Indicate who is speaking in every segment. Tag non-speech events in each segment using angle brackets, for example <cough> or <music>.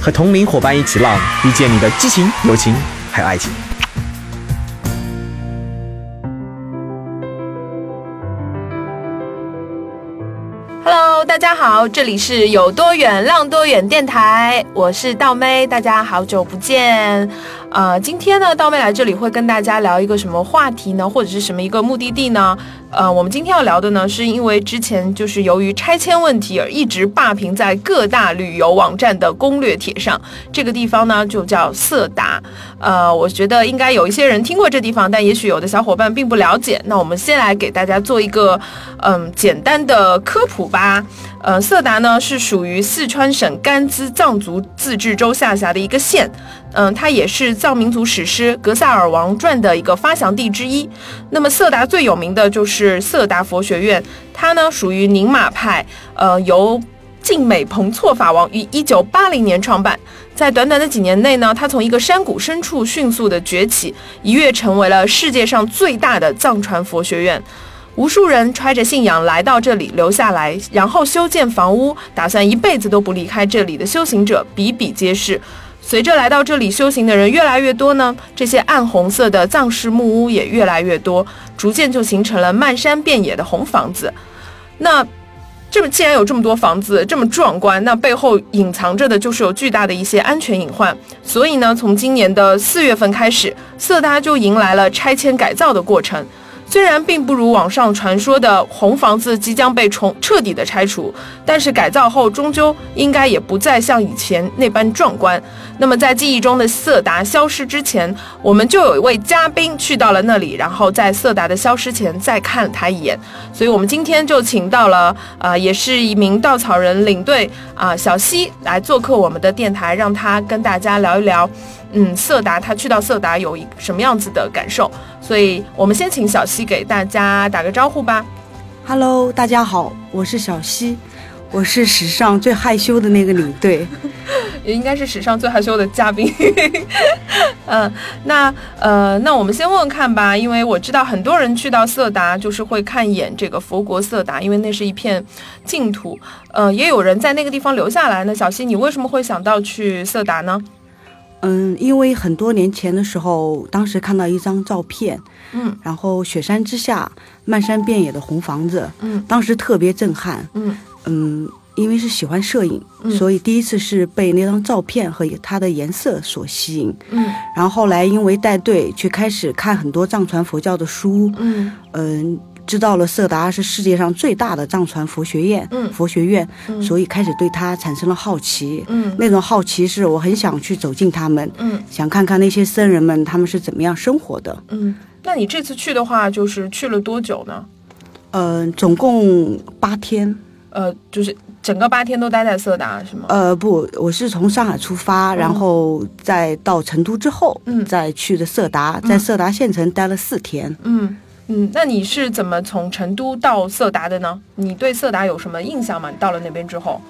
Speaker 1: 和同龄伙伴一起浪，遇见你的激情、友情还有爱情。
Speaker 2: Hello，大家好，这里是有多远浪多远电台，我是道妹，大家好久不见。呃，今天呢，道妹来这里会跟大家聊一个什么话题呢，或者是什么一个目的地呢？呃，我们今天要聊的呢，是因为之前就是由于拆迁问题而一直霸屏在各大旅游网站的攻略帖上，这个地方呢就叫色达。呃，我觉得应该有一些人听过这地方，但也许有的小伙伴并不了解。那我们先来给大家做一个嗯简单的科普吧。呃，色达呢是属于四川省甘孜藏族自治州下辖的一个县，嗯、它也是藏民族史诗《格萨尔王传》的一个发祥地之一。那么色达最有名的就是色达佛学院，它呢属于宁玛派，呃，由晋美彭措法王于一九八零年创办。在短短的几年内呢，它从一个山谷深处迅速的崛起，一跃成为了世界上最大的藏传佛学院。无数人揣着信仰来到这里留下来，然后修建房屋，打算一辈子都不离开这里的修行者比比皆是。随着来到这里修行的人越来越多呢，这些暗红色的藏式木屋也越来越多，逐渐就形成了漫山遍野的红房子。那这么既然有这么多房子这么壮观，那背后隐藏着的就是有巨大的一些安全隐患。所以呢，从今年的四月份开始，色达就迎来了拆迁改造的过程。虽然并不如网上传说的红房子即将被重彻底的拆除，但是改造后终究应该也不再像以前那般壮观。那么在记忆中的色达消失之前，我们就有一位嘉宾去到了那里，然后在色达的消失前再看了他一眼。所以我们今天就请到了呃，也是一名稻草人领队啊、小西来做客我们的电台，让他跟大家聊一聊，嗯，色达他去到色达有一什么样子的感受。所以我们先请小西给大家打个招呼吧。
Speaker 3: Hello，大家好，我是小溪，我是史上最害羞的那个领队。
Speaker 2: 也应该是史上最害羞的嘉宾。 <laughs> 嗯，那呃，那我们先问问看吧，因为我知道很多人去到色达就是会看一眼这个佛国色达，因为那是一片净土。呃，也有人在那个地方留下来。那小溪，你为什么会想到去色达呢？
Speaker 3: 嗯，因为很多年前的时候，当时看到一张照片，
Speaker 2: 嗯，
Speaker 3: 然后雪山之下漫山遍野的红房子，
Speaker 2: 嗯
Speaker 3: 当时特别震撼，
Speaker 2: 嗯
Speaker 3: 嗯，因为是喜欢摄影，
Speaker 2: 嗯
Speaker 3: 所以第一次是被那张照片和它的颜色所吸引，
Speaker 2: 嗯
Speaker 3: 然后后来因为带队去开始看很多藏传佛教的书，
Speaker 2: 嗯
Speaker 3: 嗯，知道了色达是世界上最大的藏传佛学院，
Speaker 2: 嗯
Speaker 3: 佛学院，
Speaker 2: 嗯
Speaker 3: 所以开始对它产生了好奇。
Speaker 2: 嗯
Speaker 3: 那种好奇是我很想去走进他们，
Speaker 2: 嗯
Speaker 3: 想看看那些僧人们他们是怎么样生活的。
Speaker 2: 嗯。那你这次去的话，就是去了多久呢？
Speaker 3: 嗯、总共八天。
Speaker 2: 呃，就是整个八天都待在色达是吗？
Speaker 3: 呃，不，我是从上海出发，然后再到成都之后，
Speaker 2: 嗯
Speaker 3: 再去的色达，在色达县城待了四天。
Speaker 2: 嗯，嗯，那你是怎么从成都到色达的呢？你对色达有什么印象吗？你到了那边之后，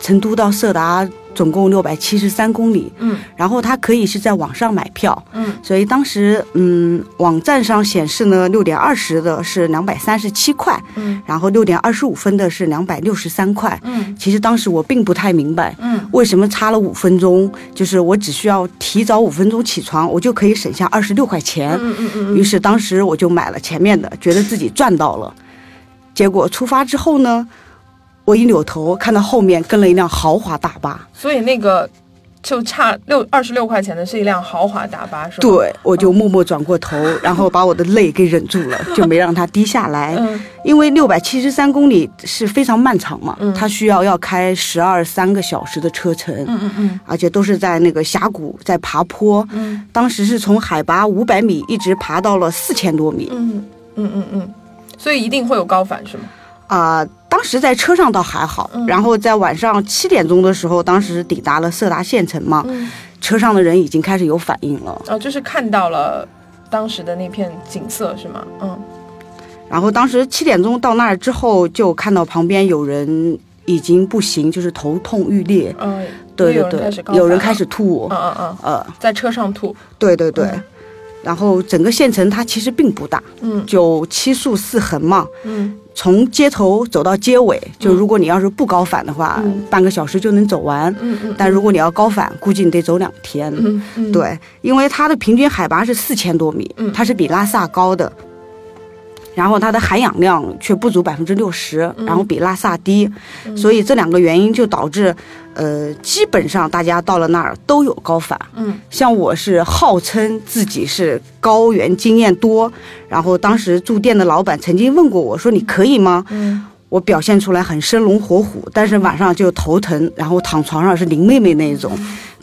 Speaker 3: 成都到色达总共六百七十三公里，
Speaker 2: 嗯
Speaker 3: 然后它可以是在网上买票，
Speaker 2: 嗯
Speaker 3: 所以当时，嗯，网站上显示呢，六点二十的是两百三十七块，
Speaker 2: 嗯
Speaker 3: 然后六点二十五分的是两百六十三块。
Speaker 2: 嗯
Speaker 3: 其实当时我并不太明白
Speaker 2: 嗯
Speaker 3: 为什么差了五分钟，就是我只需要提早五分钟起床，我就可以省下二十六块钱。
Speaker 2: 嗯嗯嗯
Speaker 3: 于是当时我就买了前面的，觉得自己赚到了。结果出发之后呢，我一扭头看到后面跟了一辆豪华大巴，
Speaker 2: 所以那个就差六二十六块钱的是一辆豪华大巴是吧？，嗯
Speaker 3: 对我就默默转
Speaker 2: <laughs>
Speaker 3: 过头，然后把我的泪给忍住了，就没让它滴下来。
Speaker 2: 嗯
Speaker 3: 因为六百七十三公里是非常漫长嘛，
Speaker 2: 嗯
Speaker 3: 它需要要开十二三个小时的车程，
Speaker 2: 嗯嗯嗯
Speaker 3: 而且都是在那个峡谷，在爬坡。
Speaker 2: 嗯
Speaker 3: 当时是从海拔五百米一直爬到了四千多米
Speaker 2: 嗯嗯嗯嗯，所以一定会有高反是吗？
Speaker 3: 啊、当时在车上倒还好，
Speaker 2: 嗯
Speaker 3: 然后在晚上七点钟的时候，当时抵达了色达县城嘛，
Speaker 2: 嗯
Speaker 3: 车上的人已经开始有反应了。
Speaker 2: 哦，就是看到了当时的那片景色是吗？嗯，
Speaker 3: 然后当时七点钟到那儿之后，就看到旁边有人已经不行，就是头痛欲裂，
Speaker 2: 嗯，
Speaker 3: 对对
Speaker 2: 有人开始
Speaker 3: 对，
Speaker 2: 高
Speaker 3: 有人
Speaker 2: 反
Speaker 3: 开
Speaker 2: 了
Speaker 3: 始吐，
Speaker 2: 嗯嗯嗯，
Speaker 3: 呃，
Speaker 2: 在车上吐，
Speaker 3: 对对对
Speaker 2: 嗯。
Speaker 3: 然后整个县城它其实并不大，
Speaker 2: 嗯
Speaker 3: 就七竖四横嘛，
Speaker 2: 嗯，
Speaker 3: 从街头走到街尾，就
Speaker 2: 嗯
Speaker 3: 如果你要是不高反的话，
Speaker 2: 嗯
Speaker 3: 半个小时就能走完。
Speaker 2: 嗯嗯
Speaker 3: 但如果你要高反，估计你得走两天。
Speaker 2: 嗯嗯，
Speaker 3: 对，因为它的平均海拔是四千多米，
Speaker 2: 嗯
Speaker 3: 它是比拉萨高的，然后它的含氧量却不足百分之六十，
Speaker 2: 嗯
Speaker 3: 然后比拉萨低，所以这两个原因就导致，呃，基本上大家到了那儿都有高反。
Speaker 2: 嗯，
Speaker 3: 像我是号称自己是高原经验多，然后当时住店的老板曾经问过我说：“你可以吗？”
Speaker 2: 嗯，
Speaker 3: 我表现出来很生龙活虎，但是晚上就头疼，然后躺床上是林妹妹那一种，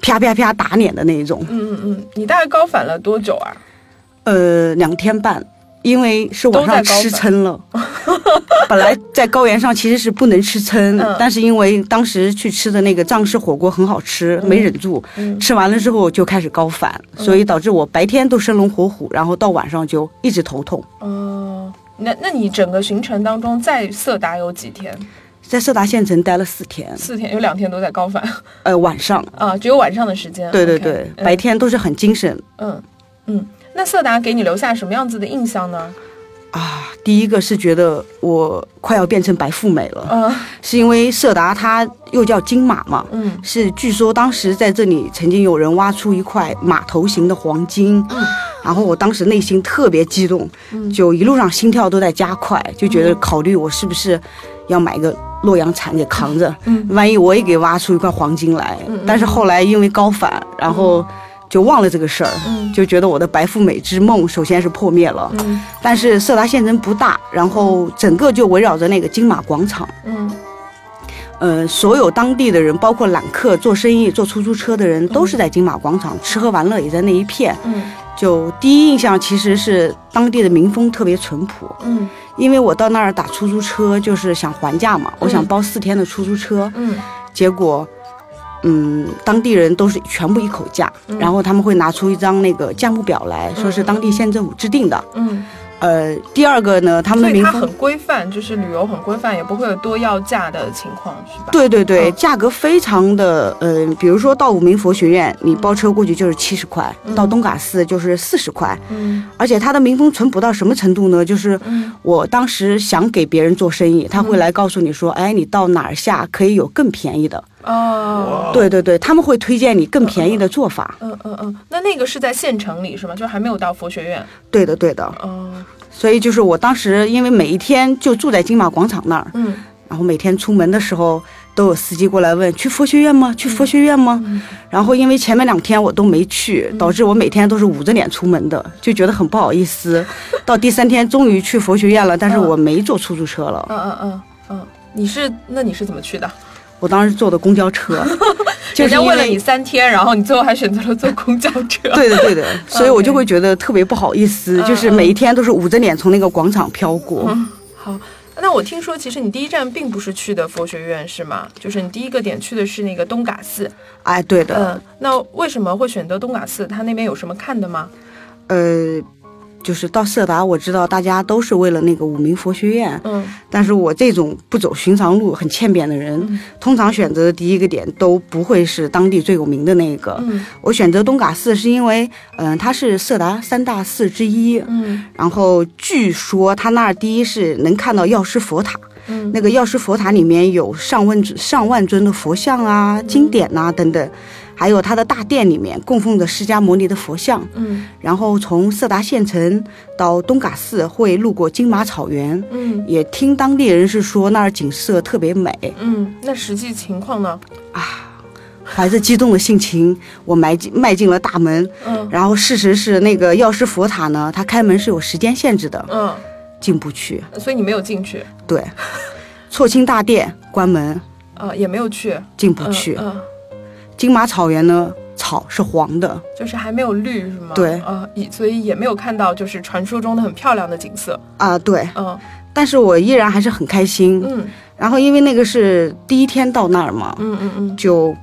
Speaker 3: 啪啪啪打脸的那一种。
Speaker 2: 嗯嗯嗯，你大概高反了多久啊？
Speaker 3: 呃，两天半，因为是晚
Speaker 2: 都在
Speaker 3: 上
Speaker 2: 高反
Speaker 3: 吃
Speaker 2: <laughs>
Speaker 3: 撑了。本来在高原上其实是不能吃撑，
Speaker 2: 嗯
Speaker 3: 但是因为当时去吃的那个藏式火锅很好吃，没忍住，
Speaker 2: 嗯
Speaker 3: 吃完了之后就开始高反，所以导致我白天都生龙活虎，然后到晚上就一直头痛。
Speaker 2: 哦，那那你整个行程当中在色达有几天？
Speaker 3: 在色达县城待了四天，
Speaker 2: 四天，有两天都在高反
Speaker 3: 呃，晚上，
Speaker 2: 啊，只有晚上的时间。
Speaker 3: 对对
Speaker 2: OK，
Speaker 3: 对，
Speaker 2: 嗯
Speaker 3: 白天都是很精神，
Speaker 2: 嗯嗯，那色达给你留下什么样子的印象呢？
Speaker 3: 啊，第一个是觉得我快要变成白富美了，
Speaker 2: 嗯
Speaker 3: 是因为色达它又叫金马嘛，
Speaker 2: 嗯
Speaker 3: 是据说当时在这里曾经有人挖出一块马头形的黄金，
Speaker 2: 嗯
Speaker 3: 然后我当时内心特别激动，就一路上心跳都在加快，就觉得考虑我是不是要买个洛阳铲给扛着，
Speaker 2: 嗯
Speaker 3: 万一我也给挖出一块黄金来。但是后来因为高反，然后就忘了这个事儿，
Speaker 2: 嗯
Speaker 3: 就觉得我的白富美之梦首先是破灭了。
Speaker 2: 嗯
Speaker 3: 但是色达县城不大，然后整个就围绕着那个金马广场，
Speaker 2: 嗯
Speaker 3: 呃，所有当地的人，包括揽客、做生意、做出租车的人，都是在金马广场吃喝玩乐也在那一片。
Speaker 2: 嗯
Speaker 3: 就第一印象其实是当地的民风特别淳朴，
Speaker 2: 嗯
Speaker 3: 因为我到那儿打出租车就是想还价嘛，我想包四天的出租车，
Speaker 2: 嗯
Speaker 3: 结果。嗯，当地人都是全部一口价，
Speaker 2: 嗯
Speaker 3: 然后他们会拿出一张那个价目表来说是当地县政府制定的。
Speaker 2: 嗯，
Speaker 3: 呃，第二个呢，他们
Speaker 2: 所
Speaker 3: 的
Speaker 2: 以
Speaker 3: 民
Speaker 2: 它
Speaker 3: 风
Speaker 2: 很规范，就是旅游很规范，也不会有多要价的情况，是吧？，
Speaker 3: 对对对，
Speaker 2: 嗯
Speaker 3: 价格非常的，呃，比如说到五明佛学院，你包车过去就是七十块，到东嘎寺就是四十块，
Speaker 2: 嗯
Speaker 3: 而且它的民风淳朴到什么程度呢？就是
Speaker 2: 嗯
Speaker 3: 我当时想给别人做生意，他会来告诉你说，哎，你到哪儿下可以有更便宜的。
Speaker 2: 哦。
Speaker 3: 对对对，他们会推荐你更便宜的做法。
Speaker 2: 嗯嗯嗯，那那个是在县城里是吗？就还没有到佛学院。
Speaker 3: 对的对的，
Speaker 2: 哦，
Speaker 3: 所以就是我当时因为每一天就住在金马广场那儿，
Speaker 2: 嗯
Speaker 3: 然后每天出门的时候都有司机过来问去佛学院
Speaker 2: 嗯
Speaker 3: 吗？去佛学院吗？然后因为前面两天我都没
Speaker 2: 嗯
Speaker 3: 去，导致我每天都是捂着脸出门的，就觉得很不好
Speaker 2: <laughs>
Speaker 3: 意思。到第三天终于去佛学院了，但是
Speaker 2: 嗯
Speaker 3: 我没坐出租车了，
Speaker 2: 嗯嗯嗯嗯，你是那你是怎么去的？
Speaker 3: 我当时坐的公
Speaker 2: <laughs>
Speaker 3: 交车，就
Speaker 2: 人
Speaker 3: 是
Speaker 2: 家
Speaker 3: 因
Speaker 2: 为了你
Speaker 3: 为。
Speaker 2: 三天，然后你最后还选择了坐公交车。
Speaker 3: 对的，
Speaker 2: <laughs>
Speaker 3: 对的，所以我就会觉得特别不好意思，
Speaker 2: 嗯
Speaker 3: 就是每一天都是捂着脸从那个广场飘过。
Speaker 2: 好，那我听说其实你第一站并不是去的佛学院是吗？就是你第一个点去的是那个东嘎寺。
Speaker 3: 哎，对的，
Speaker 2: 嗯，那为什么会选择东嘎寺？它那边有什么看的吗？嗯
Speaker 3: 呃，就是到色达，我知道大家都是为了那个五明佛学院，
Speaker 2: 嗯
Speaker 3: 但是我这种不走寻常路、很欠扁的人，
Speaker 2: 嗯
Speaker 3: 通常选择的第一个点都不会是当地最有名的那个。
Speaker 2: 嗯
Speaker 3: 我选择东嘎寺是因为，嗯、它是色达三大寺之一。
Speaker 2: 嗯
Speaker 3: 然后据说它那儿第一是能看到药师佛塔，
Speaker 2: 嗯
Speaker 3: 那个药师佛塔里面有上万尊上万尊的佛像啊、
Speaker 2: 嗯
Speaker 3: 经典呐、等等，还有它的大殿里面供奉着释迦牟尼的佛像。
Speaker 2: 嗯
Speaker 3: 然后从色达县城到东嘎寺会路过金马草原，
Speaker 2: 嗯
Speaker 3: 也听当地人是说那儿景色特别美。
Speaker 2: 嗯，那实际情况呢？
Speaker 3: 怀着激动的心情，我迈进迈进了大门。
Speaker 2: 嗯
Speaker 3: 然后事实是，那个药师佛塔呢，它开门是有时间限制的，
Speaker 2: 嗯，
Speaker 3: 进不去。
Speaker 2: 所以你没有进去，
Speaker 3: 对，错清大殿关门，
Speaker 2: 呃，也没有去，
Speaker 3: 进不
Speaker 2: 嗯
Speaker 3: 去。
Speaker 2: 嗯，
Speaker 3: 金马草原呢，草是黄的，
Speaker 2: 就是还没有绿是吗？
Speaker 3: 对
Speaker 2: 啊，以所以也没有看到就是传说中的很漂亮的景色。
Speaker 3: 啊、对。
Speaker 2: 嗯
Speaker 3: 但是我依然还是很开心。
Speaker 2: 嗯
Speaker 3: 然嗯
Speaker 2: 嗯
Speaker 3: 后因为那个是第一天到那儿嘛，
Speaker 2: 嗯嗯嗯
Speaker 3: 就，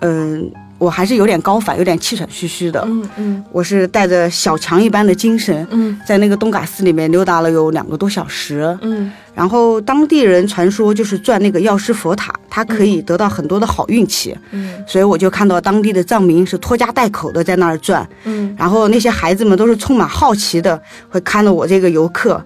Speaker 3: 嗯、我还是有点高反，有点气喘吁吁的。
Speaker 2: 嗯嗯
Speaker 3: 我是带着小强一般的精神，
Speaker 2: 嗯
Speaker 3: 在那个东嘎寺里面溜达了有两个多小时。
Speaker 2: 嗯
Speaker 3: 然后当地人传说就是转那个药师佛塔，它可以得到很多的好运气，
Speaker 2: 嗯
Speaker 3: 所以我就看到当地的藏民是拖家带口的在那儿转，
Speaker 2: 嗯
Speaker 3: 然后那些孩子们都是充满好奇的，会看着我这个游客。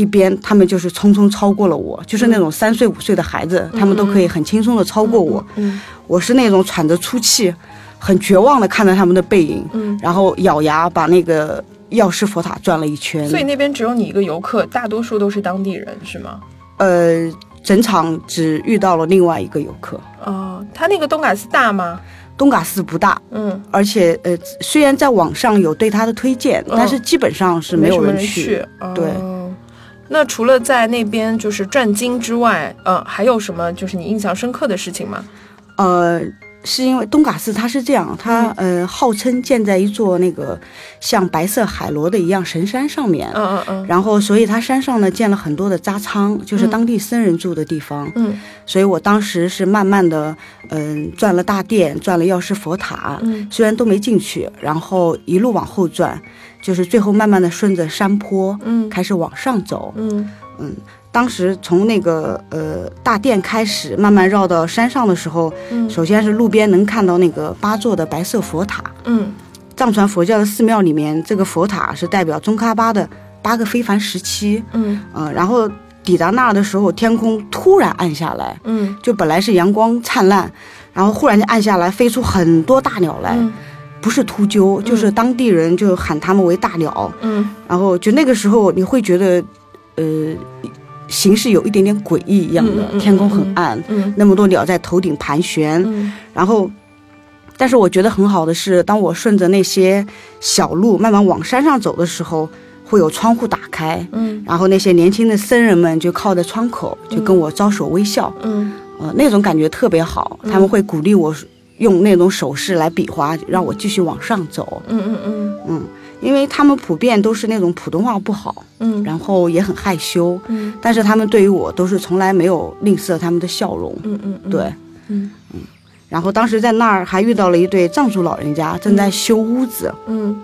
Speaker 3: 一边他们就是匆匆超过了我，就是那种三岁五岁的孩子，他们都可以很轻松的超过我。
Speaker 2: 嗯
Speaker 3: 我是那种喘着粗气，很绝望的看着他们的背影，
Speaker 2: 嗯。
Speaker 3: 然后咬牙把那个药师佛塔转了一圈。
Speaker 2: 所以那边只有你一个游客，大多数都是当地人，是吗？
Speaker 3: 呃，整场只遇到了另外一个游客。
Speaker 2: 哦，他那个东嘎寺大吗？
Speaker 3: 东嘎寺不大，
Speaker 2: 嗯，
Speaker 3: 而且呃，虽然在网上有对它的推荐，
Speaker 2: 嗯
Speaker 3: 但是基本上是没
Speaker 2: 什
Speaker 3: 有
Speaker 2: 么人
Speaker 3: 去。。
Speaker 2: 哦
Speaker 3: 对
Speaker 2: 那除了在那边就是转经之外，呃，还有什么就是你印象深刻的事情吗？
Speaker 3: 呃，是因为东嘎寺它是这样，它、
Speaker 2: 嗯
Speaker 3: 呃号称建在一座那个像白色海螺的一样神山上面。
Speaker 2: 嗯嗯
Speaker 3: 然后，所以它山上呢建了很多的扎仓，就是
Speaker 2: 嗯
Speaker 3: 当地僧人住的地方。
Speaker 2: 嗯
Speaker 3: 所以我当时是慢慢的，嗯，转了大殿，转了药师佛塔，
Speaker 2: 嗯
Speaker 3: 虽然都没进去，然后一路往后转，就是最后慢慢的顺着山坡
Speaker 2: 嗯
Speaker 3: 开始往上走。
Speaker 2: 嗯
Speaker 3: 当时从那个呃大殿开始，慢慢绕到山上的时候，
Speaker 2: 嗯
Speaker 3: 首先是路边能看到那个八座的白色佛塔。
Speaker 2: 嗯
Speaker 3: 藏传佛教的寺庙里面，这个佛塔是代表宗喀巴的八个非凡时期。
Speaker 2: 嗯
Speaker 3: 嗯、然后抵达那儿的时候，天空突然暗下来，
Speaker 2: 嗯
Speaker 3: 就本来是阳光灿烂，然后忽然就暗下来，飞出很多大鸟来，
Speaker 2: 嗯
Speaker 3: 不是秃鹫，就是当地人就喊它们为大鸟。
Speaker 2: 嗯
Speaker 3: 然后就那个时候，你会觉得，呃，形势有一点点诡异一样的
Speaker 2: 嗯，嗯嗯
Speaker 3: 天空很暗，
Speaker 2: 嗯
Speaker 3: 那么多鸟在头顶盘旋，
Speaker 2: 嗯
Speaker 3: 然后。但是我觉得很好的是，当我顺着那些小路慢慢往山上走的时候，会有窗户打开，
Speaker 2: 嗯
Speaker 3: 然后那些年轻的僧人们就靠着窗口就跟我招手微笑，
Speaker 2: 嗯
Speaker 3: 呃，那种感觉特别好，他们会鼓励我用那种手势来比划，让我继续往上走。
Speaker 2: 嗯
Speaker 3: 嗯，因为他们普遍都是那种普通话不好，
Speaker 2: 嗯
Speaker 3: 然后也很害羞，
Speaker 2: 嗯
Speaker 3: 但是他们对于我都是从来没有吝啬他们的笑容。
Speaker 2: 嗯嗯，
Speaker 3: 对，
Speaker 2: 嗯
Speaker 3: 然后当时在那儿还遇到了一对藏族老人家正在修屋子，
Speaker 2: 嗯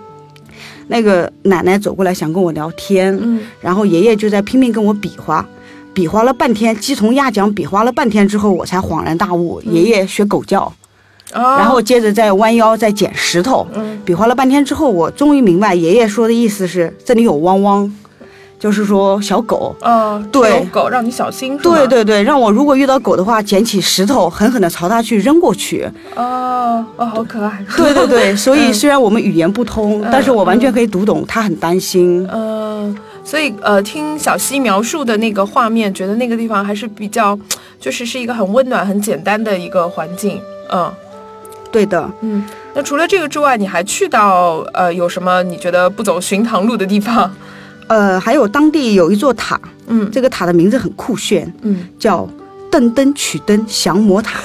Speaker 3: 那个奶奶走过来想跟我聊天，
Speaker 2: 嗯
Speaker 3: 然后爷爷就在拼命跟我比划，比划了半天，鸡同鸭讲，比划了半天之后，我才恍然大悟，
Speaker 2: 嗯
Speaker 3: 爷爷学狗叫，
Speaker 2: 啊，
Speaker 3: 然后接着再弯腰再捡石头，
Speaker 2: 嗯
Speaker 3: 比划了半天之后，我终于明白爷爷说的意思是这里有汪汪，就是说小狗。
Speaker 2: 哦，
Speaker 3: 对
Speaker 2: 有狗让你小心，是吗
Speaker 3: 对对对，让我如果遇到狗的话，捡起石头狠狠地朝它去扔过去。
Speaker 2: 哦哦，好可爱，
Speaker 3: 对
Speaker 2: <laughs>
Speaker 3: 对对，所以
Speaker 2: 嗯
Speaker 3: 虽然我们语言不通，但是我完全可以读懂它很担心。
Speaker 2: 嗯，所以呃，听小溪描述的那个画面，觉得那个地方还是比较，就是是一个很温暖、很简单的一个环境。嗯
Speaker 3: 对的，
Speaker 2: 嗯，那除了这个之外，你还去到呃有什么你觉得不走寻常路的地方？ <laughs>
Speaker 3: 呃，还有当地有一座塔，
Speaker 2: 嗯
Speaker 3: 这个塔的名字很酷炫，
Speaker 2: 嗯，
Speaker 3: 叫邓登曲登降
Speaker 2: <laughs>
Speaker 3: 魔塔。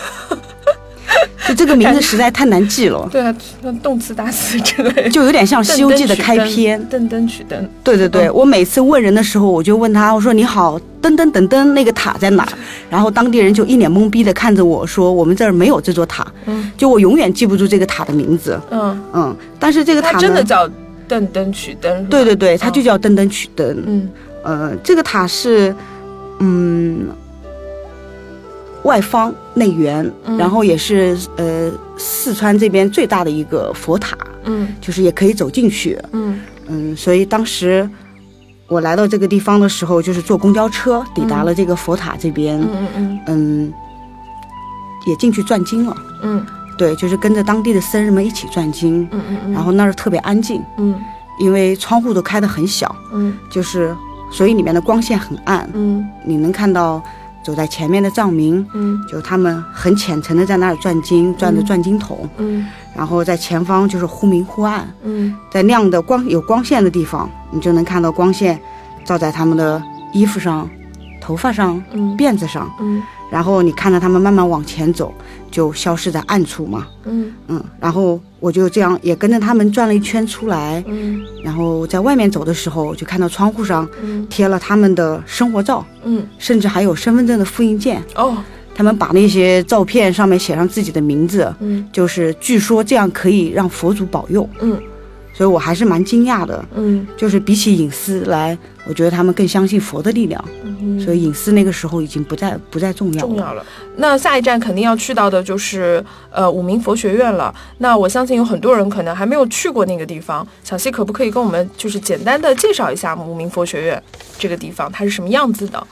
Speaker 3: 就这个名
Speaker 2: 哎
Speaker 3: 字实在太难记了，
Speaker 2: 对啊，那动词打词之类的。
Speaker 3: 就有点像《西游记》的开篇。
Speaker 2: 噔噔取灯，
Speaker 3: 对对
Speaker 2: 嗯
Speaker 3: 对，我每次问人的时候，我就问他，我说你好，噔噔噔噔，那个塔在哪儿？然后当地人就一脸懵逼的看着我说，我们这儿没有这座塔。
Speaker 2: 嗯
Speaker 3: 就我永远记不住这个塔的名字。
Speaker 2: 嗯，
Speaker 3: 嗯，但是这个塔
Speaker 2: 它
Speaker 3: 呢
Speaker 2: 真的叫噔噔取灯，是吧
Speaker 3: 对对对，它就叫登登曲登。
Speaker 2: 嗯
Speaker 3: 呃，这个塔是，嗯，外方内圆，
Speaker 2: 嗯
Speaker 3: 然后也是呃四川这边最大的一个佛塔，
Speaker 2: 嗯
Speaker 3: 就是也可以走进去。
Speaker 2: 嗯
Speaker 3: 嗯，所以当时我来到这个地方的时候，就是坐公交车抵达了这个佛塔这边，
Speaker 2: 嗯嗯
Speaker 3: 嗯，也进去转经了。
Speaker 2: 嗯嗯
Speaker 3: 对，就是跟着当地的僧人们一起转经，
Speaker 2: 嗯嗯
Speaker 3: 然后那儿特别安静，
Speaker 2: 嗯
Speaker 3: 因为窗户都开得很小，
Speaker 2: 嗯
Speaker 3: 就是所以里面的光线很暗，
Speaker 2: 嗯
Speaker 3: 你能看到走在前面的藏民，
Speaker 2: 嗯
Speaker 3: 就他们很虔诚的在那儿转经，转着
Speaker 2: 嗯
Speaker 3: 转经筒，
Speaker 2: 嗯
Speaker 3: 然后在前方就是忽明忽暗，
Speaker 2: 嗯
Speaker 3: 在亮的光有光线的地方，你就能看到光线照在他们的衣服上、头发上、
Speaker 2: 嗯
Speaker 3: 辫子上，
Speaker 2: 嗯
Speaker 3: 然后你看着他们慢慢往前走，就消失在暗处嘛。
Speaker 2: 嗯
Speaker 3: 嗯，然后我就这样也跟着他们转了一圈出来，
Speaker 2: 嗯
Speaker 3: 然后在外面走的时候，就看到窗户上
Speaker 2: 嗯
Speaker 3: 贴了他们的生活照，
Speaker 2: 嗯
Speaker 3: 甚至还有身份证的复印件。
Speaker 2: 哦，
Speaker 3: 他们把那些照片上面写上自己的名字，
Speaker 2: 嗯
Speaker 3: 就是据说这样可以让佛祖保佑，
Speaker 2: 嗯
Speaker 3: 所以我还是蛮惊讶的。
Speaker 2: 嗯
Speaker 3: 就是比起隐私来，我觉得他们更相信佛的力量，
Speaker 2: 嗯，
Speaker 3: 所以隐私那个时候已经不再不再重要
Speaker 2: 重
Speaker 3: 了。
Speaker 2: 要了。那下一站肯定要去到的就是呃武鸣佛学院了。那我相信有很多人可能还没有去过那个地方，小溪可不可以跟我们就是简单的介绍一下武鸣佛学院这个地方它是什么样子的？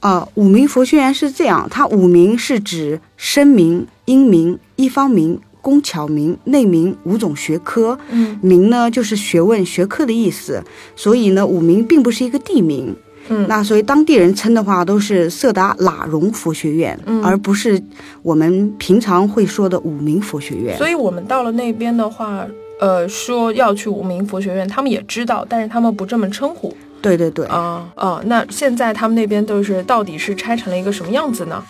Speaker 3: 啊、五名佛学园是这样，它五名是指声名、音名、一方名、工巧名、内名五种学科。
Speaker 2: 嗯
Speaker 3: 名呢就是学问、学科的意思，所以呢五名并不是一个地名。
Speaker 2: 嗯
Speaker 3: 那所以当地人称的话都是色达喇荣佛学院，
Speaker 2: 嗯
Speaker 3: 而不是我们平常会说的五名佛学院。
Speaker 2: 所以我们到了那边的话，呃，说要去无名佛学院，他们也知道，但是他们不这么称呼
Speaker 3: 对对对，
Speaker 2: 啊啊。那现在他们那边都是到底是拆成了一个什么样子呢？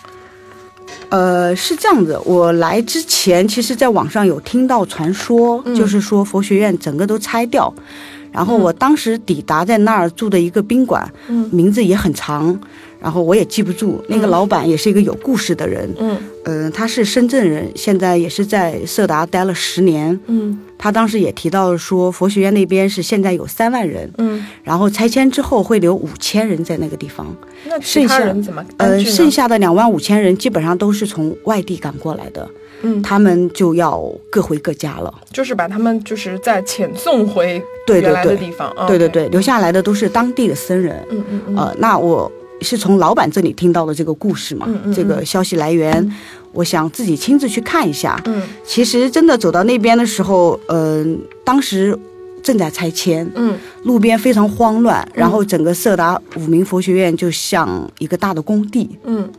Speaker 3: 呃，是这样子。我来之前，其实在网上有听到传说，
Speaker 2: 嗯
Speaker 3: 就是说佛学院整个都拆掉。然后我当时抵达在那儿住的一个宾馆，
Speaker 2: 嗯
Speaker 3: 名字也很长，然后我也记不住。那个
Speaker 2: 嗯
Speaker 3: 老板也是一个有故事的人，
Speaker 2: 嗯
Speaker 3: 嗯、他是深圳人，现在也是在色达待了十年。
Speaker 2: 嗯
Speaker 3: 他当时也提到说，佛学院那边是现在有三万人，
Speaker 2: 嗯。
Speaker 3: 然后拆迁之后会留五千人在那个地方，
Speaker 2: 那其他人怎么安
Speaker 3: 呃，
Speaker 2: 置呢？
Speaker 3: 剩下的两万五千人基本上都是从外地赶过来的。
Speaker 2: 嗯，
Speaker 3: 他们就要各回各家了。
Speaker 2: 就是把他们就是再遣送回
Speaker 3: 对
Speaker 2: 原
Speaker 3: 对
Speaker 2: 来的
Speaker 3: 对，
Speaker 2: 地方啊。
Speaker 3: 对对对，留下来的都是当地的僧人。
Speaker 2: 嗯嗯嗯，
Speaker 3: 呃，那我是从老板这里听到的这个故事嘛，
Speaker 2: 嗯嗯
Speaker 3: 这个消息来源，我想自己亲自去看一下。
Speaker 2: 嗯
Speaker 3: 其实真的走到那边的时候，嗯、当时。正在拆迁，
Speaker 2: 嗯
Speaker 3: 路边非常慌乱，然后整个色达五明佛学院就像一个大的工地，
Speaker 2: 嗯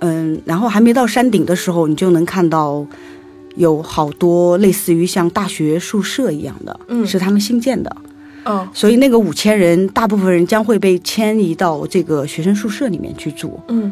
Speaker 3: 嗯，然后还没到山顶的时候，你就能看到有好多类似于像大学宿舍一样的，
Speaker 2: 嗯
Speaker 3: 是他们新建的。
Speaker 2: 嗯哦
Speaker 3: 所以那个五千人，大部分人将会被迁移到这个学生宿舍里面去住。
Speaker 2: 嗯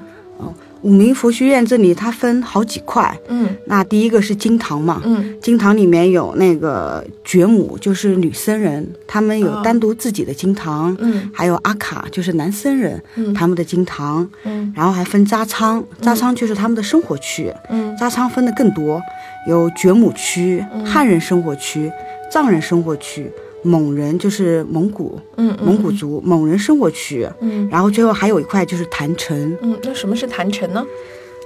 Speaker 3: 五明佛学院这里它分好几块，
Speaker 2: 嗯
Speaker 3: 那第一个是金堂嘛，
Speaker 2: 嗯
Speaker 3: 金堂里面有那个觉母，就是女僧人，他们有
Speaker 2: 哦
Speaker 3: 单独自己的金堂。
Speaker 2: 嗯
Speaker 3: 还有阿卡，就是男僧人，
Speaker 2: 嗯
Speaker 3: 他们的金堂，
Speaker 2: 嗯
Speaker 3: 然后还分扎仓，扎仓就是他们的生活区，
Speaker 2: 嗯
Speaker 3: 扎仓分的更多，有觉姆区、汉人生活区、藏人生活区、蒙人就是蒙古、
Speaker 2: 嗯
Speaker 3: 蒙古族、蒙人生活区，
Speaker 2: 嗯
Speaker 3: 然后最后还有一块就是坛城，
Speaker 2: 嗯，那什么是坛城呢？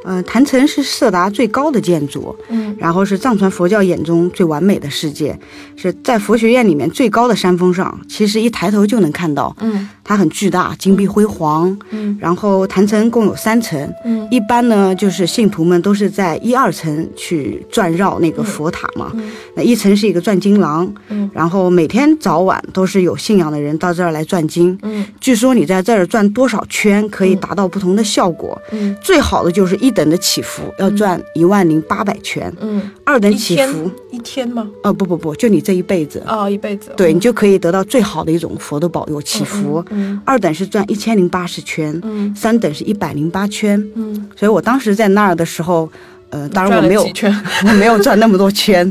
Speaker 3: 嗯、坛城是色达最高的建筑，
Speaker 2: 嗯
Speaker 3: 然后是藏传佛教眼中最完美的世界，是在佛学院里面最高的山峰上，其实一抬头就能看到，
Speaker 2: 嗯
Speaker 3: 它很巨大，金碧辉煌，
Speaker 2: 嗯
Speaker 3: 然后坛城共有三层，
Speaker 2: 嗯
Speaker 3: 一般呢，就是信徒们都是在一二层去转绕那个佛塔嘛。
Speaker 2: 嗯
Speaker 3: 那一层是一个转经廊，
Speaker 2: 嗯
Speaker 3: 然后每天早晚都是有信仰的人到这儿来转经。
Speaker 2: 嗯
Speaker 3: 据说你在这儿转多少圈可以达到不同的效果。
Speaker 2: 嗯
Speaker 3: 最好的就是一等的祈福要转一万零八百圈，
Speaker 2: 嗯，
Speaker 3: 二等
Speaker 2: 一
Speaker 3: 祈
Speaker 2: 天
Speaker 3: 福，
Speaker 2: 一天吗？
Speaker 3: 呃不不不，就你这一辈子，
Speaker 2: 哦，一辈子。
Speaker 3: 对你就可以得到最好的一种佛的保佑祈福。
Speaker 2: 嗯
Speaker 3: 二等是转一千零八十圈，
Speaker 2: 嗯
Speaker 3: 三等是一百零八圈。
Speaker 2: 嗯，
Speaker 3: 所以我当时在那儿的时候，呃，当然我没有
Speaker 2: 转了几圈。
Speaker 3: <laughs> 我没有转那么多圈，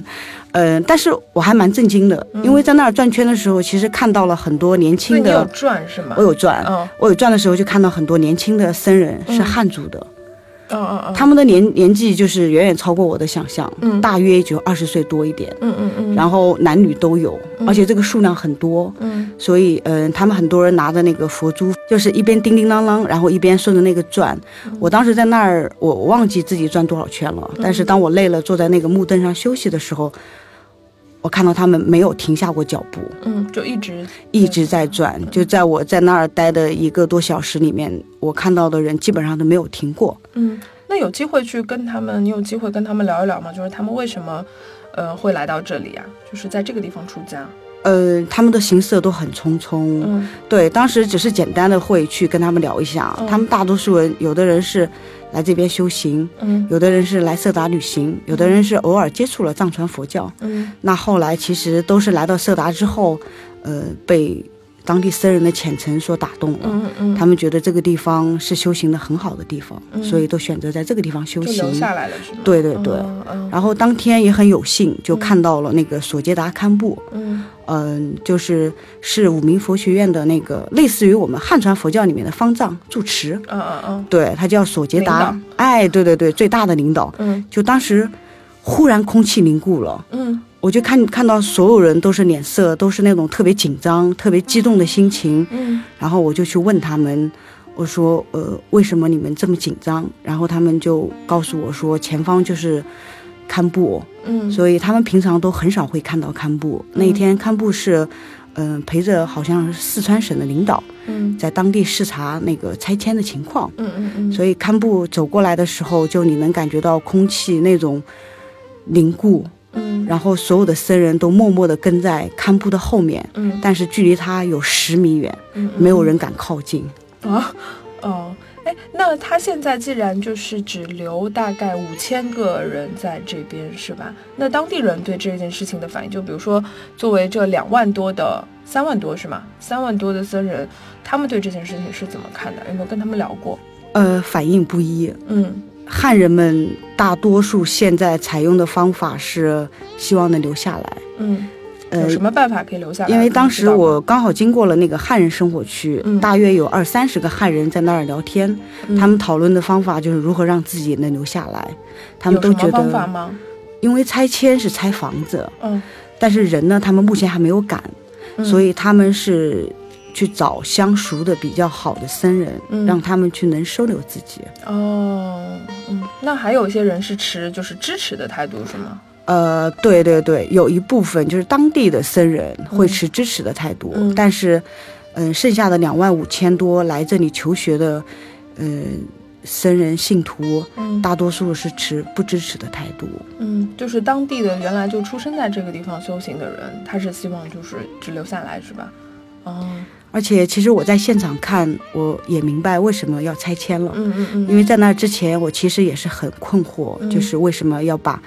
Speaker 3: 呃，但是我还蛮震惊的，因为在那儿转圈的时候，其实看到了很多年
Speaker 2: 所以
Speaker 3: 轻
Speaker 2: 嗯你有
Speaker 3: 的，
Speaker 2: 转是吗？
Speaker 3: 我有转，
Speaker 2: 嗯
Speaker 3: 我有转的时候就看到很多年轻的僧人是
Speaker 2: 嗯
Speaker 3: 汉族的，
Speaker 2: 嗯嗯嗯，
Speaker 3: 他们的年年纪就是远远超过我的想象，
Speaker 2: 嗯
Speaker 3: 大约也就二十岁多一点，
Speaker 2: 嗯嗯嗯，
Speaker 3: 然后男女都有，而且这个数量很多。
Speaker 2: 嗯
Speaker 3: 所以，嗯、他们很多人拿着那个佛珠，就是一边叮叮当当，然后一边顺着那个转。
Speaker 2: 嗯
Speaker 3: 我当时在那儿，我我忘记自己转多少圈了。但是当我累了，坐在那个木凳上休息的时候，我看到他们没有停下过脚步，
Speaker 2: 嗯，就一直
Speaker 3: 一直在转。就在我在那儿待的一个多小时里面，我看到的人基本上都没有停过。
Speaker 2: 嗯，那有机会去跟他们，你有机会跟他们聊一聊吗？就是他们为什么，呃，会来到这里啊？就是在这个地方出家。
Speaker 3: 呃，他们的行色都很匆匆，
Speaker 2: 嗯
Speaker 3: 对，当时只是简单的会去跟他们聊一下，
Speaker 2: 嗯
Speaker 3: 他们大多数人有的人是来这边修行，
Speaker 2: 嗯
Speaker 3: 有的人是来色达旅行，有的人是偶尔接触了藏传佛教。
Speaker 2: 嗯
Speaker 3: 那后来其实都是来到色达之后，呃，被当地僧人的虔诚所打动了。
Speaker 2: 嗯嗯，
Speaker 3: 他们觉得这个地方是修行的很好的地方，所以都选择在这个地方修
Speaker 2: 就
Speaker 3: 行
Speaker 2: 留。下来了是吗？
Speaker 3: 对对对。
Speaker 2: 嗯嗯
Speaker 3: 然后当天也很有幸就看到了那个索杰达堪布，
Speaker 2: 嗯
Speaker 3: 嗯、就是是五明佛学院的那个类似于我们汉传佛教里面的方丈住持，
Speaker 2: 嗯嗯嗯
Speaker 3: 对他叫索杰达
Speaker 2: 领，
Speaker 3: 哎，对对对，最大的领导。
Speaker 2: 嗯
Speaker 3: 就当时忽然空气凝固了，
Speaker 2: 嗯
Speaker 3: 我就看看到所有人都是脸色都是那种特别紧张、特别激动的心情，
Speaker 2: 嗯
Speaker 3: 然后我就去问他们，我说呃为什么你们这么紧张？然后他们就告诉我说前方就是堪布，
Speaker 2: 嗯，
Speaker 3: 所以他们平常都很少会看到堪布。那一天堪布是。嗯、陪着好像是四川省的领导
Speaker 2: 嗯
Speaker 3: 在当地视察那个拆迁的情况，
Speaker 2: 嗯嗯嗯，
Speaker 3: 所以堪布走过来的时候，就你能感觉到空气那种凝固，
Speaker 2: 嗯
Speaker 3: 然后所有的僧人都默默地跟在堪布的后面，
Speaker 2: 嗯
Speaker 3: 但是距离他有十米远，
Speaker 2: 嗯
Speaker 3: 没有人敢靠近。
Speaker 2: 啊 <laughs> 哦。哎，那他现在既然就是只留大概五千个人在这边，是吧？那当地人对这件事情的反应，就比如说作为这两万多的、三万多是吗？三万多的僧人，他们对这件事情是怎么看的？有没有跟他们聊过？
Speaker 3: 呃，反应不一。
Speaker 2: 嗯
Speaker 3: 汉人们大多数现在采用的方法是希望能留下来，
Speaker 2: 嗯，
Speaker 3: 呃
Speaker 2: 有，什么办法可以留下来？
Speaker 3: 因为当
Speaker 2: 你知
Speaker 3: 时
Speaker 2: 道吗
Speaker 3: 我刚好经过了那个汉人生活区，
Speaker 2: 嗯
Speaker 3: 大约有二三十个汉人在那儿聊天，
Speaker 2: 嗯
Speaker 3: 他们讨论的方法就是如何让自己能留下来。他
Speaker 2: 有
Speaker 3: 们都
Speaker 2: 什么
Speaker 3: 觉
Speaker 2: 方法
Speaker 3: 得，
Speaker 2: 吗？
Speaker 3: 因为拆迁是拆房子，
Speaker 2: 嗯，
Speaker 3: 但是人呢，他们目前还没有赶，
Speaker 2: 嗯
Speaker 3: 所以他们是去找相熟的比较好的僧人，
Speaker 2: 嗯
Speaker 3: 让他们去能收留自己。
Speaker 2: 哦，嗯，那还有一些人是持就是支持的态度是吗？
Speaker 3: 呃，对对对，有一部分就是当地的僧人会持支持的态度，
Speaker 2: 嗯
Speaker 3: 但是，嗯、剩下的两万五千多来这里求学的，嗯、僧人信徒，
Speaker 2: 嗯
Speaker 3: 大多数是持不支持的态度。
Speaker 2: 嗯，就是当地的原来就出生在这个地方修行的人，他是希望就是只留下来是吧？哦，
Speaker 3: 而且，其实我在现场看，我也明白为什么要拆迁了。
Speaker 2: 嗯嗯嗯，
Speaker 3: 因为在那之前，我其实也是很困惑，
Speaker 2: 嗯
Speaker 3: 就是为什么要把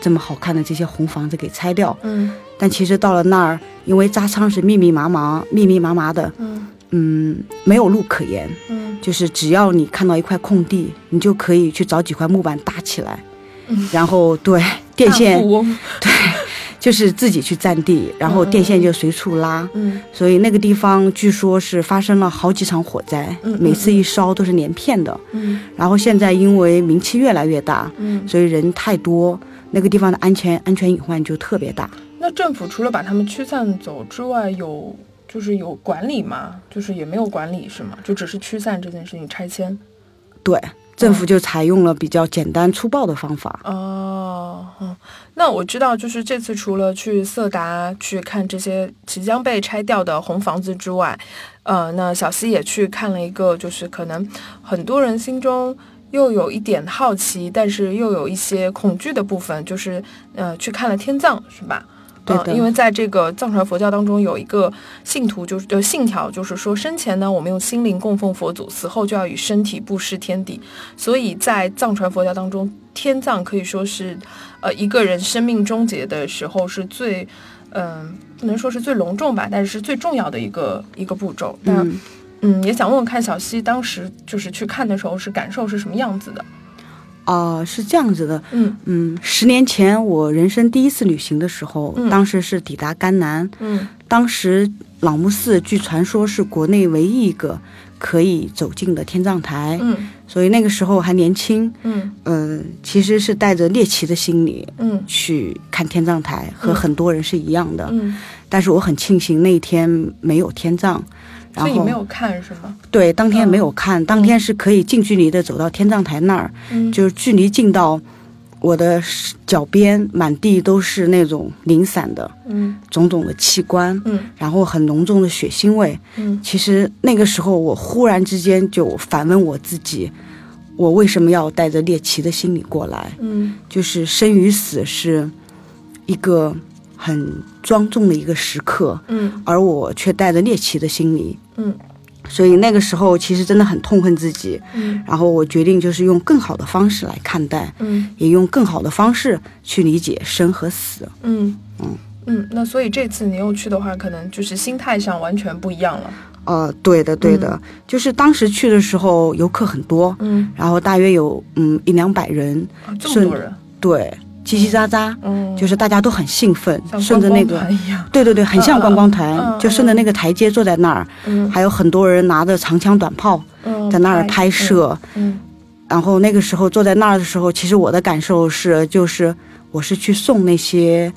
Speaker 3: 这么好看的这些红房子给拆掉？
Speaker 2: 嗯
Speaker 3: 但其实到了那儿，因为扎仓是密密麻麻、密密麻麻的，
Speaker 2: 嗯
Speaker 3: 嗯，没有路可言，
Speaker 2: 嗯
Speaker 3: 就是只要你看到一块空地，你就可以去找几块木板搭起来，然后对电
Speaker 2: 嗯大
Speaker 3: 线
Speaker 2: 富翁
Speaker 3: 就是自己去占地，然后
Speaker 2: 嗯嗯
Speaker 3: 电线就随处拉。
Speaker 2: 嗯
Speaker 3: 所以那个地方据说是发生了好几场火灾，
Speaker 2: 嗯嗯
Speaker 3: 每次一烧都是连片的。
Speaker 2: 嗯
Speaker 3: 然后现在因为名气越来越大，
Speaker 2: 嗯，
Speaker 3: 所以人太多，那个地方的安全安全隐患就特别大。
Speaker 2: 那政府除了把他们驱散走之外，有就是有管理吗？就是也没有管理是吗？就只是驱散这件事情拆迁。
Speaker 3: 对，政
Speaker 2: 嗯
Speaker 3: 府就采用了比较简单粗暴的方法。
Speaker 2: 哦，嗯那我知道，就是这次除了去色达去看这些即将被拆掉的红房子之外，呃，那小西也去看了一个，就是可能很多人心中又有一点好奇，但是又有一些恐惧的部分，就是呃，去看了天葬，是吧？
Speaker 3: 对
Speaker 2: 呃
Speaker 3: 的
Speaker 2: 因为在这个藏传佛教当中有一个信徒，就是呃信条，就是说生前呢，我们用心灵供奉佛祖，死后就要以身体布施天地。所以在藏传佛教当中，天葬可以说是，呃，一个人生命终结的时候是最，嗯、不能说是最隆重吧，但是是最重要的一个一个步骤。那嗯
Speaker 3: 嗯，
Speaker 2: 也想问问看小溪当时就是去看的时候是感受是什么样子的？
Speaker 3: 啊、是这样子的。
Speaker 2: 嗯
Speaker 3: 嗯，十年前我人生第一次旅行的时候，
Speaker 2: 嗯
Speaker 3: 当时是抵达甘南，
Speaker 2: 嗯
Speaker 3: 当时朗木寺据传说是国内唯一一个可以走进的天葬台，
Speaker 2: 嗯
Speaker 3: 所以那个时候还年轻，
Speaker 2: 嗯
Speaker 3: 嗯、其实是带着猎奇的心理
Speaker 2: 嗯
Speaker 3: 去看天葬台，和
Speaker 2: 嗯
Speaker 3: 很多人是一样的。
Speaker 2: 嗯，
Speaker 3: 但是我很庆幸那一天没有天葬，然
Speaker 2: 所以你
Speaker 3: 后
Speaker 2: 没有看是吗？
Speaker 3: 对当天没有看，当天是可以近距离的走到天葬台那儿，
Speaker 2: 嗯，
Speaker 3: 就是距离近到我的脚边，满地都是那种零散的
Speaker 2: 嗯
Speaker 3: 种种的器官，
Speaker 2: 嗯
Speaker 3: 然后很浓重的血腥味。
Speaker 2: 嗯
Speaker 3: 其实那个时候，我忽然之间就反问我自己。我为什么要带着猎奇的心理过来？
Speaker 2: 嗯
Speaker 3: 就是生与死是一个很庄重的一个时刻，
Speaker 2: 嗯
Speaker 3: 而我却带着猎奇的心理，
Speaker 2: 嗯
Speaker 3: 所以那个时候其实真的很痛恨自己。
Speaker 2: 嗯
Speaker 3: 然后我决定就是用更好的方式来看待，
Speaker 2: 嗯
Speaker 3: 也用更好的方式去理解生和死。
Speaker 2: 嗯，嗯，那所以这次你又去的话，可能就是心态上完全不一样了。哦
Speaker 3: 呃，对的，对的，就是当时去的时候游客很多，
Speaker 2: 嗯，
Speaker 3: 然后大约有嗯一两百人，
Speaker 2: 啊、这么多
Speaker 3: 顺
Speaker 2: 人，
Speaker 3: 对，叽叽喳喳，
Speaker 2: 嗯，
Speaker 3: 就是大家都很兴奋，
Speaker 2: 像
Speaker 3: 顺着那
Speaker 2: 观
Speaker 3: 个
Speaker 2: 光。团一样，
Speaker 3: 对对对，很像观光团，
Speaker 2: 嗯嗯
Speaker 3: 就顺着那个台阶坐在那儿，
Speaker 2: 嗯
Speaker 3: 还有很多人拿着长枪短炮
Speaker 2: 嗯，
Speaker 3: 在那儿拍，摄。
Speaker 2: 嗯
Speaker 3: 然后那个时候坐在那儿的时候，其实我的感受是，就是我是去送那些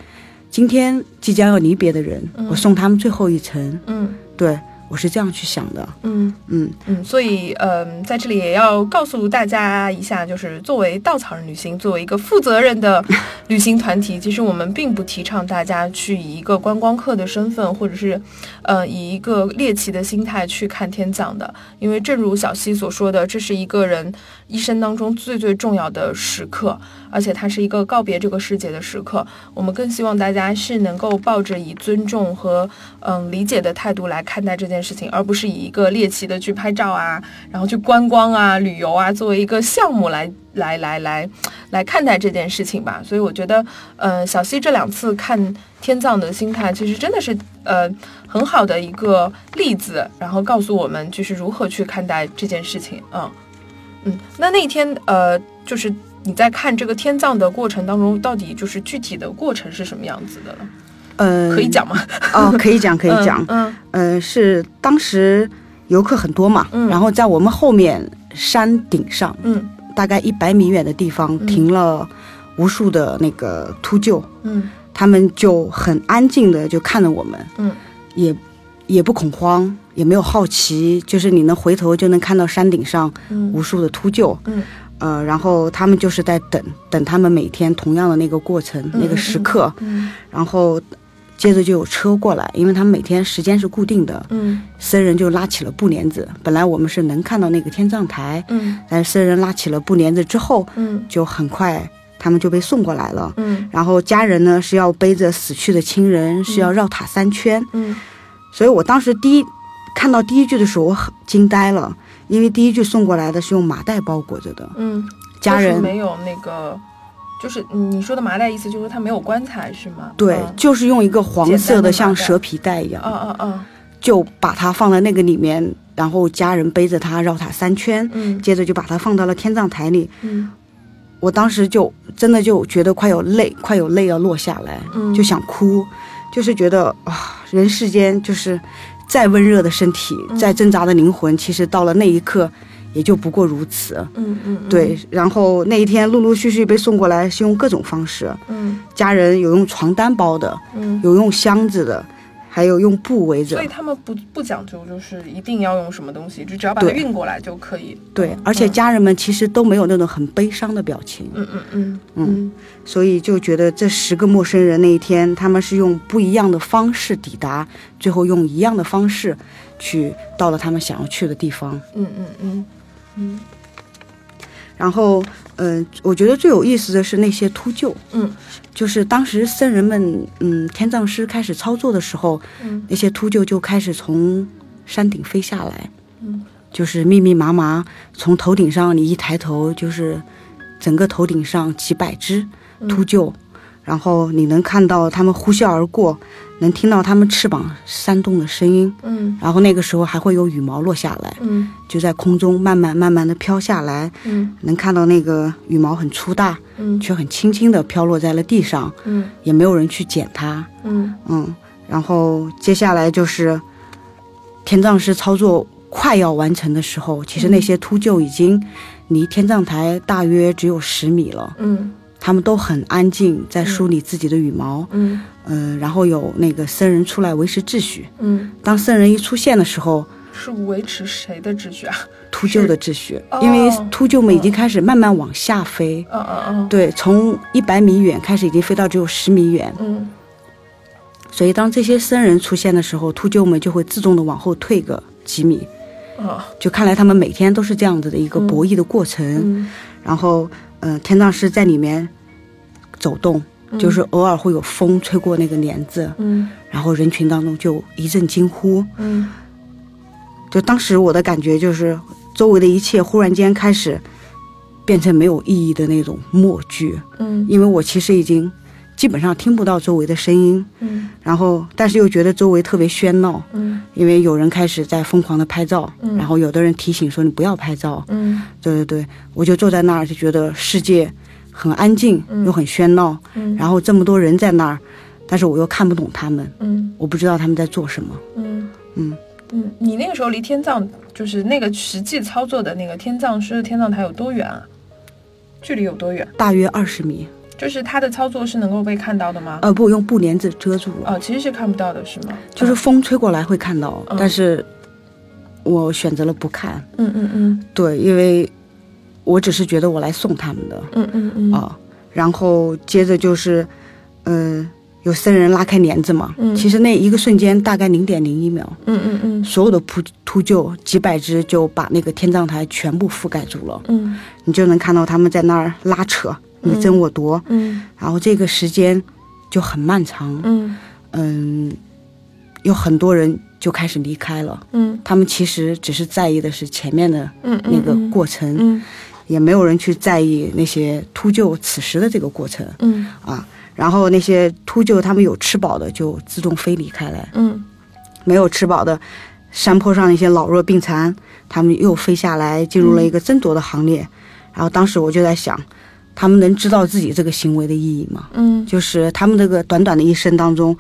Speaker 3: 今天即将要离别的人，
Speaker 2: 嗯
Speaker 3: 我送他们最后一程。
Speaker 2: 嗯
Speaker 3: 对我是这样去想的，
Speaker 2: 嗯
Speaker 3: 嗯。
Speaker 2: 嗯，所以嗯，在这里也要告诉大家一下，就是作为稻草人旅行，作为一个负责任的
Speaker 3: <laughs>
Speaker 2: 旅行团体，其实我们并不提倡大家去以一个观光客的身份，或者是呃以一个猎奇的心态去看天葬的，因为正如小溪所说的，这是一个人一生当中最最重要的时刻，而且它是一个告别这个世界的时刻。我们更希望大家是能够抱着以尊重和嗯理解的态度来看待这件事情，而不是以一个猎奇的去拍照啊，然后去观光啊、旅游啊作为一个项目来来来来来看待这件事情吧。所以我觉得，呃，小溪这两次看天葬的心态，其实真的是呃很好的一个例子，然后告诉我们就是如何去看待这件事情。嗯嗯，那那天呃就是。你在看这个天葬的过程当中，到底就是具体的过程是什么样子的了？
Speaker 3: 呃，
Speaker 2: 可以讲吗？
Speaker 3: 哦，可以讲，可以讲。
Speaker 2: 嗯，
Speaker 3: 呃，是当时游客很多嘛，
Speaker 2: 嗯
Speaker 3: 然后在我们后面山顶上，
Speaker 2: 嗯
Speaker 3: 大概一百米远的地方
Speaker 2: 嗯
Speaker 3: 停了无数的那个秃鹫，
Speaker 2: 嗯
Speaker 3: 他们就很安静的就看着我们，
Speaker 2: 嗯
Speaker 3: 也也不恐慌，也没有好奇，就是你能回头就能看到山顶上
Speaker 2: 嗯
Speaker 3: 无数的秃鹫，
Speaker 2: 嗯
Speaker 3: 呃，然后他们就是在等等他们每天同样的那个过程、那个时刻，
Speaker 2: 嗯
Speaker 3: 然后接着就有车过来，因为他们每天时间是固定的，
Speaker 2: 嗯
Speaker 3: 僧人就拉起了布帘子。本来我们是能看到那个天葬台，
Speaker 2: 嗯
Speaker 3: 但是僧人拉起了布帘子之后，
Speaker 2: 嗯
Speaker 3: 就很快他们就被送过来了。
Speaker 2: 嗯
Speaker 3: 然后家人呢是要背着死去的亲人，是要绕塔三圈。
Speaker 2: 嗯
Speaker 3: 所以我当时第一看到第一句的时候，我很惊呆了，因为第一句送过来的是用麻袋包裹着的，
Speaker 2: 嗯，
Speaker 3: 家
Speaker 2: 就是
Speaker 3: 人
Speaker 2: 没有那个，就是你说的麻袋，意思就是他没有棺材是吗？
Speaker 3: 对，
Speaker 2: 嗯
Speaker 3: 就是用一个黄色
Speaker 2: 简单的
Speaker 3: 的
Speaker 2: 麻袋
Speaker 3: 像蛇皮袋一样，
Speaker 2: 啊啊啊，
Speaker 3: 就把它放在那个里面，然后家人背着它绕塔三圈，
Speaker 2: 嗯
Speaker 3: 接着就把它放到了天葬台里。
Speaker 2: 嗯
Speaker 3: 我当时就真的就觉得快有泪，快有泪要落下来，
Speaker 2: 嗯
Speaker 3: 就想哭，就是觉得啊，人世间就是再温热的身体，
Speaker 2: 嗯
Speaker 3: 再挣扎的灵魂，其实到了那一刻，也就不过如此。
Speaker 2: 嗯嗯，
Speaker 3: 对，然后那一天陆陆续续被送过来，是用各种方式，
Speaker 2: 嗯
Speaker 3: 家人有用床单包的，
Speaker 2: 嗯，
Speaker 3: 有用箱子的，还有用布围着
Speaker 2: 所以。他们不不讲究，就是一定要用什么东西，就只要把它
Speaker 3: 对
Speaker 2: 运过来就可以。
Speaker 3: 对，而且家人们其实都没有那种很悲伤的表情，
Speaker 2: 嗯嗯嗯嗯
Speaker 3: 所以就觉得这十个陌生人那一天，他们是用不一样的方式抵达，最后用一样的方式去到了他们想要去的地方。
Speaker 2: 嗯嗯嗯嗯
Speaker 3: 然后，嗯、我觉得最有意思的是那些秃鹫，
Speaker 2: 嗯，
Speaker 3: 就是当时僧人们，嗯，天葬师开始操作的时候，
Speaker 2: 嗯
Speaker 3: 那些秃鹫就开始从山顶飞下来，
Speaker 2: 嗯，
Speaker 3: 就是密密麻麻，从头顶上你一抬头，就是整个头顶上几百只
Speaker 2: 嗯
Speaker 3: 秃鹫，然后你能看到它们呼啸而过，能听到它们翅膀扇动的声音，
Speaker 2: 嗯
Speaker 3: 然后那个时候还会有羽毛落下来，
Speaker 2: 嗯
Speaker 3: 就在空中慢慢慢慢的飘下来，
Speaker 2: 嗯
Speaker 3: 能看到那个羽毛很粗大，
Speaker 2: 嗯
Speaker 3: 却很轻轻的飘落在了地上，
Speaker 2: 嗯
Speaker 3: 也没有人去捡它，
Speaker 2: 嗯
Speaker 3: 嗯，然后接下来就是天葬师操作快要完成的时候，其实那些秃鹫已经离天葬台大约只有十米了，
Speaker 2: 嗯
Speaker 3: 他们都很安静，在梳理自己的羽毛。
Speaker 2: 嗯
Speaker 3: 嗯、然后有那个僧人出来维持秩序。
Speaker 2: 嗯，
Speaker 3: 当僧人一出现的时候，
Speaker 2: 是维持谁的秩序啊？
Speaker 3: 秃鹫的秩序
Speaker 2: 哦，
Speaker 3: 因为秃鹫们已经开始慢慢往下飞，
Speaker 2: 嗯嗯
Speaker 3: 对，从一百米远开始已经飞到只有十米远。
Speaker 2: 嗯
Speaker 3: 所以当这些僧人出现的时候，秃鹫们就会自动的往后退个几米。
Speaker 2: 嗯
Speaker 3: 就看来他们每天都是这样子的一个
Speaker 2: 嗯
Speaker 3: 博弈的过程。
Speaker 2: 嗯
Speaker 3: 然后，呃，天葬师在里面走动，
Speaker 2: 嗯，
Speaker 3: 就是偶尔会有风吹过那个帘子，
Speaker 2: 嗯
Speaker 3: 然后人群当中就一阵惊呼。
Speaker 2: 嗯
Speaker 3: 就当时我的感觉就是，周围的一切忽然间开始变成没有意义的那种默剧，
Speaker 2: 嗯
Speaker 3: 因为我其实已经基本上听不到周围的声音，
Speaker 2: 嗯
Speaker 3: 然后但是又觉得周围特别喧闹，
Speaker 2: 嗯
Speaker 3: 因为有人开始在疯狂的拍照，
Speaker 2: 嗯
Speaker 3: 然后有的人提醒说你不要拍照，
Speaker 2: 嗯
Speaker 3: 对对对，我就坐在那儿就觉得世界很安静
Speaker 2: 嗯
Speaker 3: 又很喧闹，
Speaker 2: 嗯
Speaker 3: 然后这么多人在那儿，但是我又看不懂他们，
Speaker 2: 嗯
Speaker 3: 我不知道他们在做什么。
Speaker 2: 嗯
Speaker 3: 嗯，
Speaker 2: 嗯，你那个时候离天葬就是那个实际操作的那个天葬师天葬台有多远啊？距离有多远？
Speaker 3: 大约二十米，
Speaker 2: 就是它的操作是能够被看到的吗？
Speaker 3: 呃，不用布帘子遮住了，
Speaker 2: 哦，其实是看不到的，是吗？
Speaker 3: 就是风吹过来会看到
Speaker 2: 嗯，
Speaker 3: 但是我选择了不看，
Speaker 2: 嗯嗯嗯
Speaker 3: 对，因为我只是觉得我来送他们的
Speaker 2: 嗯嗯嗯
Speaker 3: 啊、然后接着就是，嗯、有僧人拉开帘子嘛，
Speaker 2: 嗯
Speaker 3: 其实那一个瞬间大概零点零一秒，
Speaker 2: 嗯嗯嗯
Speaker 3: 所有的扑秃鹫几百只就把那个天葬台全部覆盖住了，
Speaker 2: 嗯
Speaker 3: 你就能看到他们在那儿拉扯，你争我夺，
Speaker 2: 嗯
Speaker 3: 然后这个时间就很漫长，
Speaker 2: 嗯
Speaker 3: 嗯，有很多人就开始离开了，
Speaker 2: 嗯
Speaker 3: 他们其实只是在意的是前面的
Speaker 2: 嗯
Speaker 3: 那个过程，
Speaker 2: 嗯
Speaker 3: 也没有人去在意那些秃鹫此时的这个过程
Speaker 2: 嗯
Speaker 3: 啊。然后那些秃鹫，他们有吃饱的就自动飞离开来，
Speaker 2: 嗯
Speaker 3: 没有吃饱的，山坡上那些老弱病残，他们又飞下来，进入了一个争夺的行列。然后当时我就在想，他们能知道自己这个行为的意义吗？
Speaker 2: 嗯
Speaker 3: 就是他们这个短短的一生当中，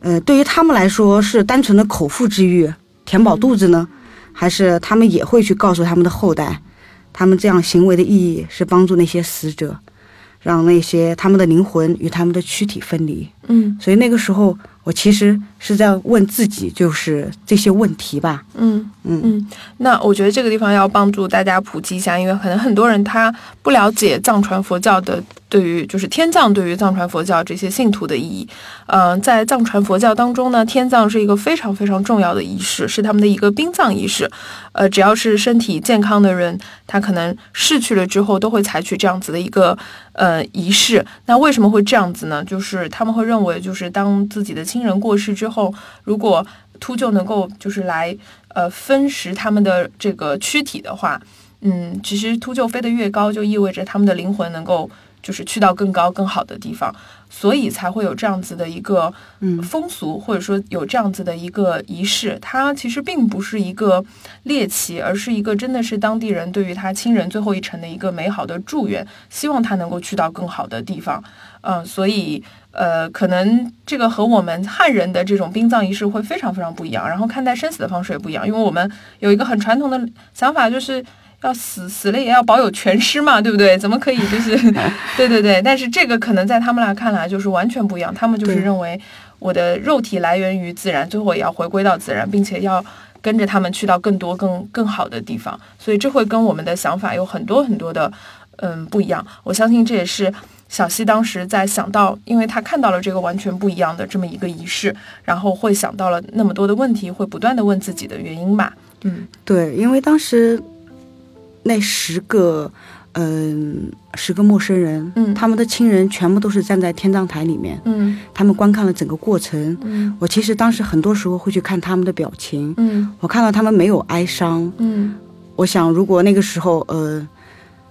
Speaker 3: 呃，对于他们来说是单纯的口腹之欲，填饱肚子呢，还是他们也会去告诉他们的后代，他们这样行为的意义是帮助那些死者，让那些他们的灵魂与他们的躯体分离。
Speaker 2: 嗯
Speaker 3: 所以那个时候，我其实是在问自己，就是这些问题吧。
Speaker 2: 嗯
Speaker 3: 嗯
Speaker 2: 嗯，那我觉得这个地方要帮助大家普及一下，因为可能很多人他不了解藏传佛教的对于就是天葬对于藏传佛教这些信徒的意义。嗯、在藏传佛教当中呢，天葬是一个非常非常重要的仪式，是他们的一个殡葬仪式。呃，只要是身体健康的人，他可能逝去了之后都会采取这样子的一个呃仪式。那为什么会这样子呢？就是他们会认为，就是当自己的亲人过世之后，如果秃鹫能够就是来呃分食他们的这个躯体的话，嗯，其实秃鹫飞得越高，就意味着他们的灵魂能够就是去到更高更好的地方，所以才会有这样子的一个
Speaker 3: 嗯
Speaker 2: 风俗，或者说有这样子的一个仪式。它其实并不是一个猎奇，而是一个真的是当地人对于他亲人最后一程的一个美好的祝愿，希望他能够去到更好的地方。嗯、所以。呃，可能这个和我们汉人的这种殡葬仪式会非常非常不一样，然后看待生死的方式也不一样，因为我们有一个很传统的想法，就是要死死了也要保有全尸嘛，对不对？怎么可以就是，对对对，但是这个可能在他们来看来就是完全不一样，他们就是
Speaker 3: 对
Speaker 2: 认为我的肉体来源于自然，最后也要回归到自然，并且要。跟着他们去到更多、更更好的地方，所以这会跟我们的想法有很多很多的嗯不一样。我相信这也是小西当时在想到，因为他看到了这个完全不一样的这么一个仪式，然后会想到了那么多的问题，会不断的问自己的原因吧。嗯
Speaker 3: 对，因为当时那十个，嗯、十个陌生人，
Speaker 2: 嗯
Speaker 3: 他们的亲人全部都是站在天葬台里面，
Speaker 2: 嗯
Speaker 3: 他们观看了整个过程。
Speaker 2: 嗯
Speaker 3: 我其实当时很多时候会去看他们的表情，
Speaker 2: 嗯
Speaker 3: 我看到他们没有哀伤，
Speaker 2: 嗯
Speaker 3: 我想如果那个时候，呃，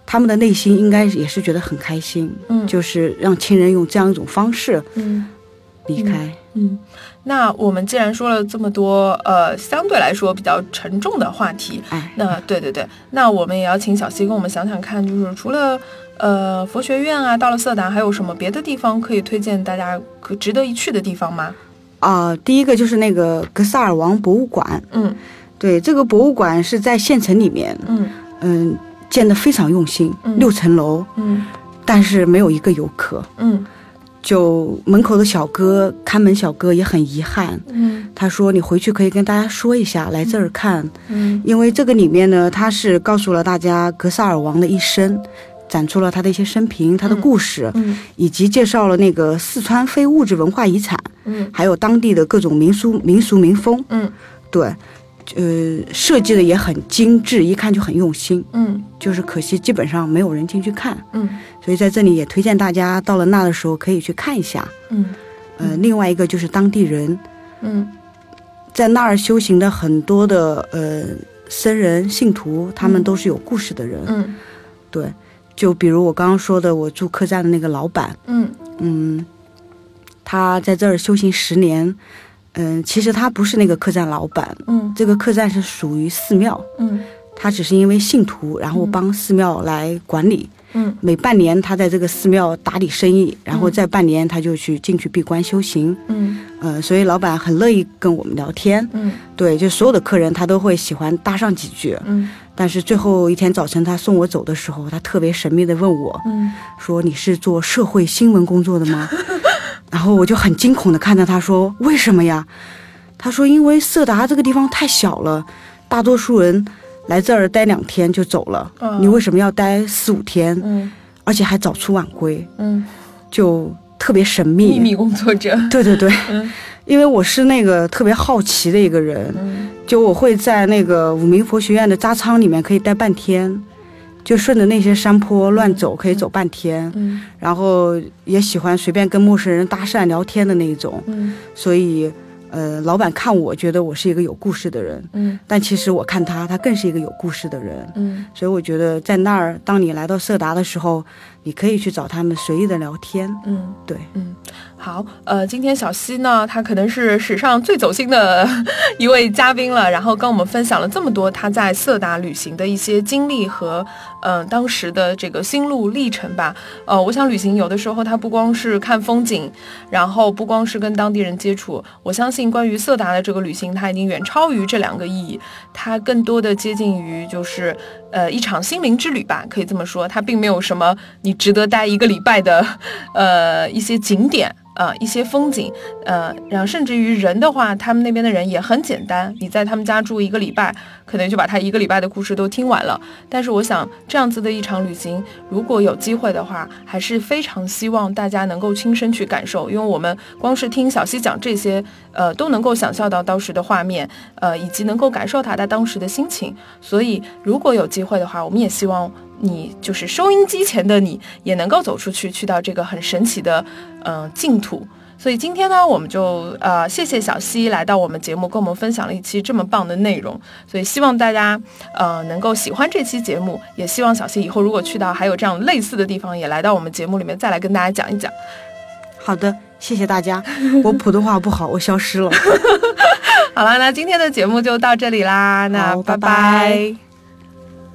Speaker 3: 他们的内心应该也是觉得很开心，
Speaker 2: 嗯
Speaker 3: 就是让亲人用这样一种方式
Speaker 2: 嗯
Speaker 3: 离开。
Speaker 2: 嗯。那我们既然说了这么多，呃，相对来说比较沉重的话题，
Speaker 3: 哎，
Speaker 2: 那对对对，那我们也要请小西跟我们想想看，就是除了呃佛学院啊，到了色达，还有什么别的地方可以推荐大家可值得一去的地方吗？
Speaker 3: 啊、第一个就是那个格萨尔王博物馆，
Speaker 2: 嗯
Speaker 3: 对，这个博物馆是在县城里面，
Speaker 2: 嗯
Speaker 3: 嗯，建得非常用心，
Speaker 2: 嗯
Speaker 3: 六层楼，
Speaker 2: 嗯
Speaker 3: 但是没有一个游客。
Speaker 2: 嗯
Speaker 3: 就门口的小哥，看门小哥也很遗憾，
Speaker 2: 嗯
Speaker 3: 他说你回去可以跟大家说一下，来这儿看，
Speaker 2: 嗯
Speaker 3: 因为这个里面呢，他是告诉了大家格萨尔王的一生。展出了他的一些生平、他的故事，
Speaker 2: 嗯
Speaker 3: 以及介绍了那个四川非物质文化遗产，
Speaker 2: 嗯
Speaker 3: 还有当地的各种民俗、民俗民风。
Speaker 2: 嗯
Speaker 3: 对，呃，设计的也很精致，一看就很用心。
Speaker 2: 嗯
Speaker 3: 就是可惜基本上没有人进去看，
Speaker 2: 嗯
Speaker 3: 所以在这里也推荐大家到了那的时候可以去看一下。
Speaker 2: 嗯
Speaker 3: 呃，另外一个就是当地人
Speaker 2: 嗯
Speaker 3: 在那儿修行的很多的呃僧人信徒，他们都是有故事的人。
Speaker 2: 嗯
Speaker 3: 对，就比如我刚刚说的，我住客栈的那个老板，
Speaker 2: 嗯
Speaker 3: 嗯，他在这儿修行十年。嗯，其实他不是那个客栈老板，
Speaker 2: 嗯
Speaker 3: 这个客栈是属于寺庙，
Speaker 2: 嗯
Speaker 3: 他只是因为信徒，然后帮寺庙来管理。
Speaker 2: 嗯
Speaker 3: 每半年他在这个寺庙打理生意，然后再半年他就去进去闭关修行。
Speaker 2: 嗯
Speaker 3: 嗯、所以老板很乐意跟我们聊天，
Speaker 2: 嗯
Speaker 3: 对，就所有的客人他都会喜欢搭上几句。
Speaker 2: 嗯
Speaker 3: 但是最后一天早晨他送我走的时候，他特别神秘的问我
Speaker 2: 嗯，
Speaker 3: 说：“你是做社会新闻工作的吗？”
Speaker 2: <laughs>
Speaker 3: 然后我就很惊恐的看着他说：“为什么呀？”他说：“因为色达这个地方太小了，大多数人来这儿待两天就走了，
Speaker 2: 哦
Speaker 3: 你为什么要待四五天？
Speaker 2: 嗯
Speaker 3: 而且还早出晚归，
Speaker 2: 嗯，
Speaker 3: 就特别神秘。
Speaker 2: 秘密工作者，
Speaker 3: <laughs> 对对对，
Speaker 2: 嗯
Speaker 3: 因为我是那个特别好奇的一个人，
Speaker 2: 嗯
Speaker 3: 就我会在那个五明佛学院的扎仓里面可以待半天，就顺着那些山坡乱走，可以走半天。
Speaker 2: 嗯
Speaker 3: 然后也喜欢随便跟陌生人搭讪聊天的那一种，
Speaker 2: 嗯
Speaker 3: 所以，呃，老板看我觉得我是一个有故事的人，
Speaker 2: 嗯
Speaker 3: 但其实我看他，他更是一个有故事的人。
Speaker 2: 嗯
Speaker 3: 所以我觉得在那儿，当你来到色达的时候，你可以去找他们随意的聊天。
Speaker 2: 嗯。
Speaker 3: 对，
Speaker 2: 好，呃，今天小溪呢，她可能是史上最走心的一位嘉宾了，然后跟我们分享了这么多她在色达旅行的一些经历和，嗯、当时的这个心路历程吧。呃，我想旅行有的时候它不光是看风景，然后不光是跟当地人接触，我相信关于色达的这个旅行，它已经远超于这两个意义，它更多的接近于就是，呃，一场心灵之旅吧，可以这么说，它并没有什么你值得待一个礼拜的， <laughs> 呃，一些景点。呃，一些风景，呃，然后甚至于人的话，他们那边的人也很简单，你在他们家住一个礼拜，可能就把他一个礼拜的故事都听完了。但是我想，这样子的一场旅行，如果有机会的话，还是非常希望大家能够亲身去感受，因为我们光是听小溪讲这些，呃，都能够想象到当时的画面，呃，以及能够感受他他当时的心情。所以，如果有机会的话，我们也希望你就是收音机前的你，也能够走出去，去到这个很神奇的嗯、呃净土。所以今天呢，我们就呃谢谢小溪来到我们节目，跟我们分享了一期这么棒的内容。所以希望大家呃能够喜欢这期节目，也希望小溪以后如果去到还有这样类似的地方，也来到我们节目里面再来跟大家讲一讲。
Speaker 3: 好的，谢谢大家。我普通话不好，我消 <laughs> 失了。
Speaker 2: 好了，那今天的节目就到这里啦，那
Speaker 3: 好
Speaker 2: 拜
Speaker 3: 拜拜
Speaker 2: 拜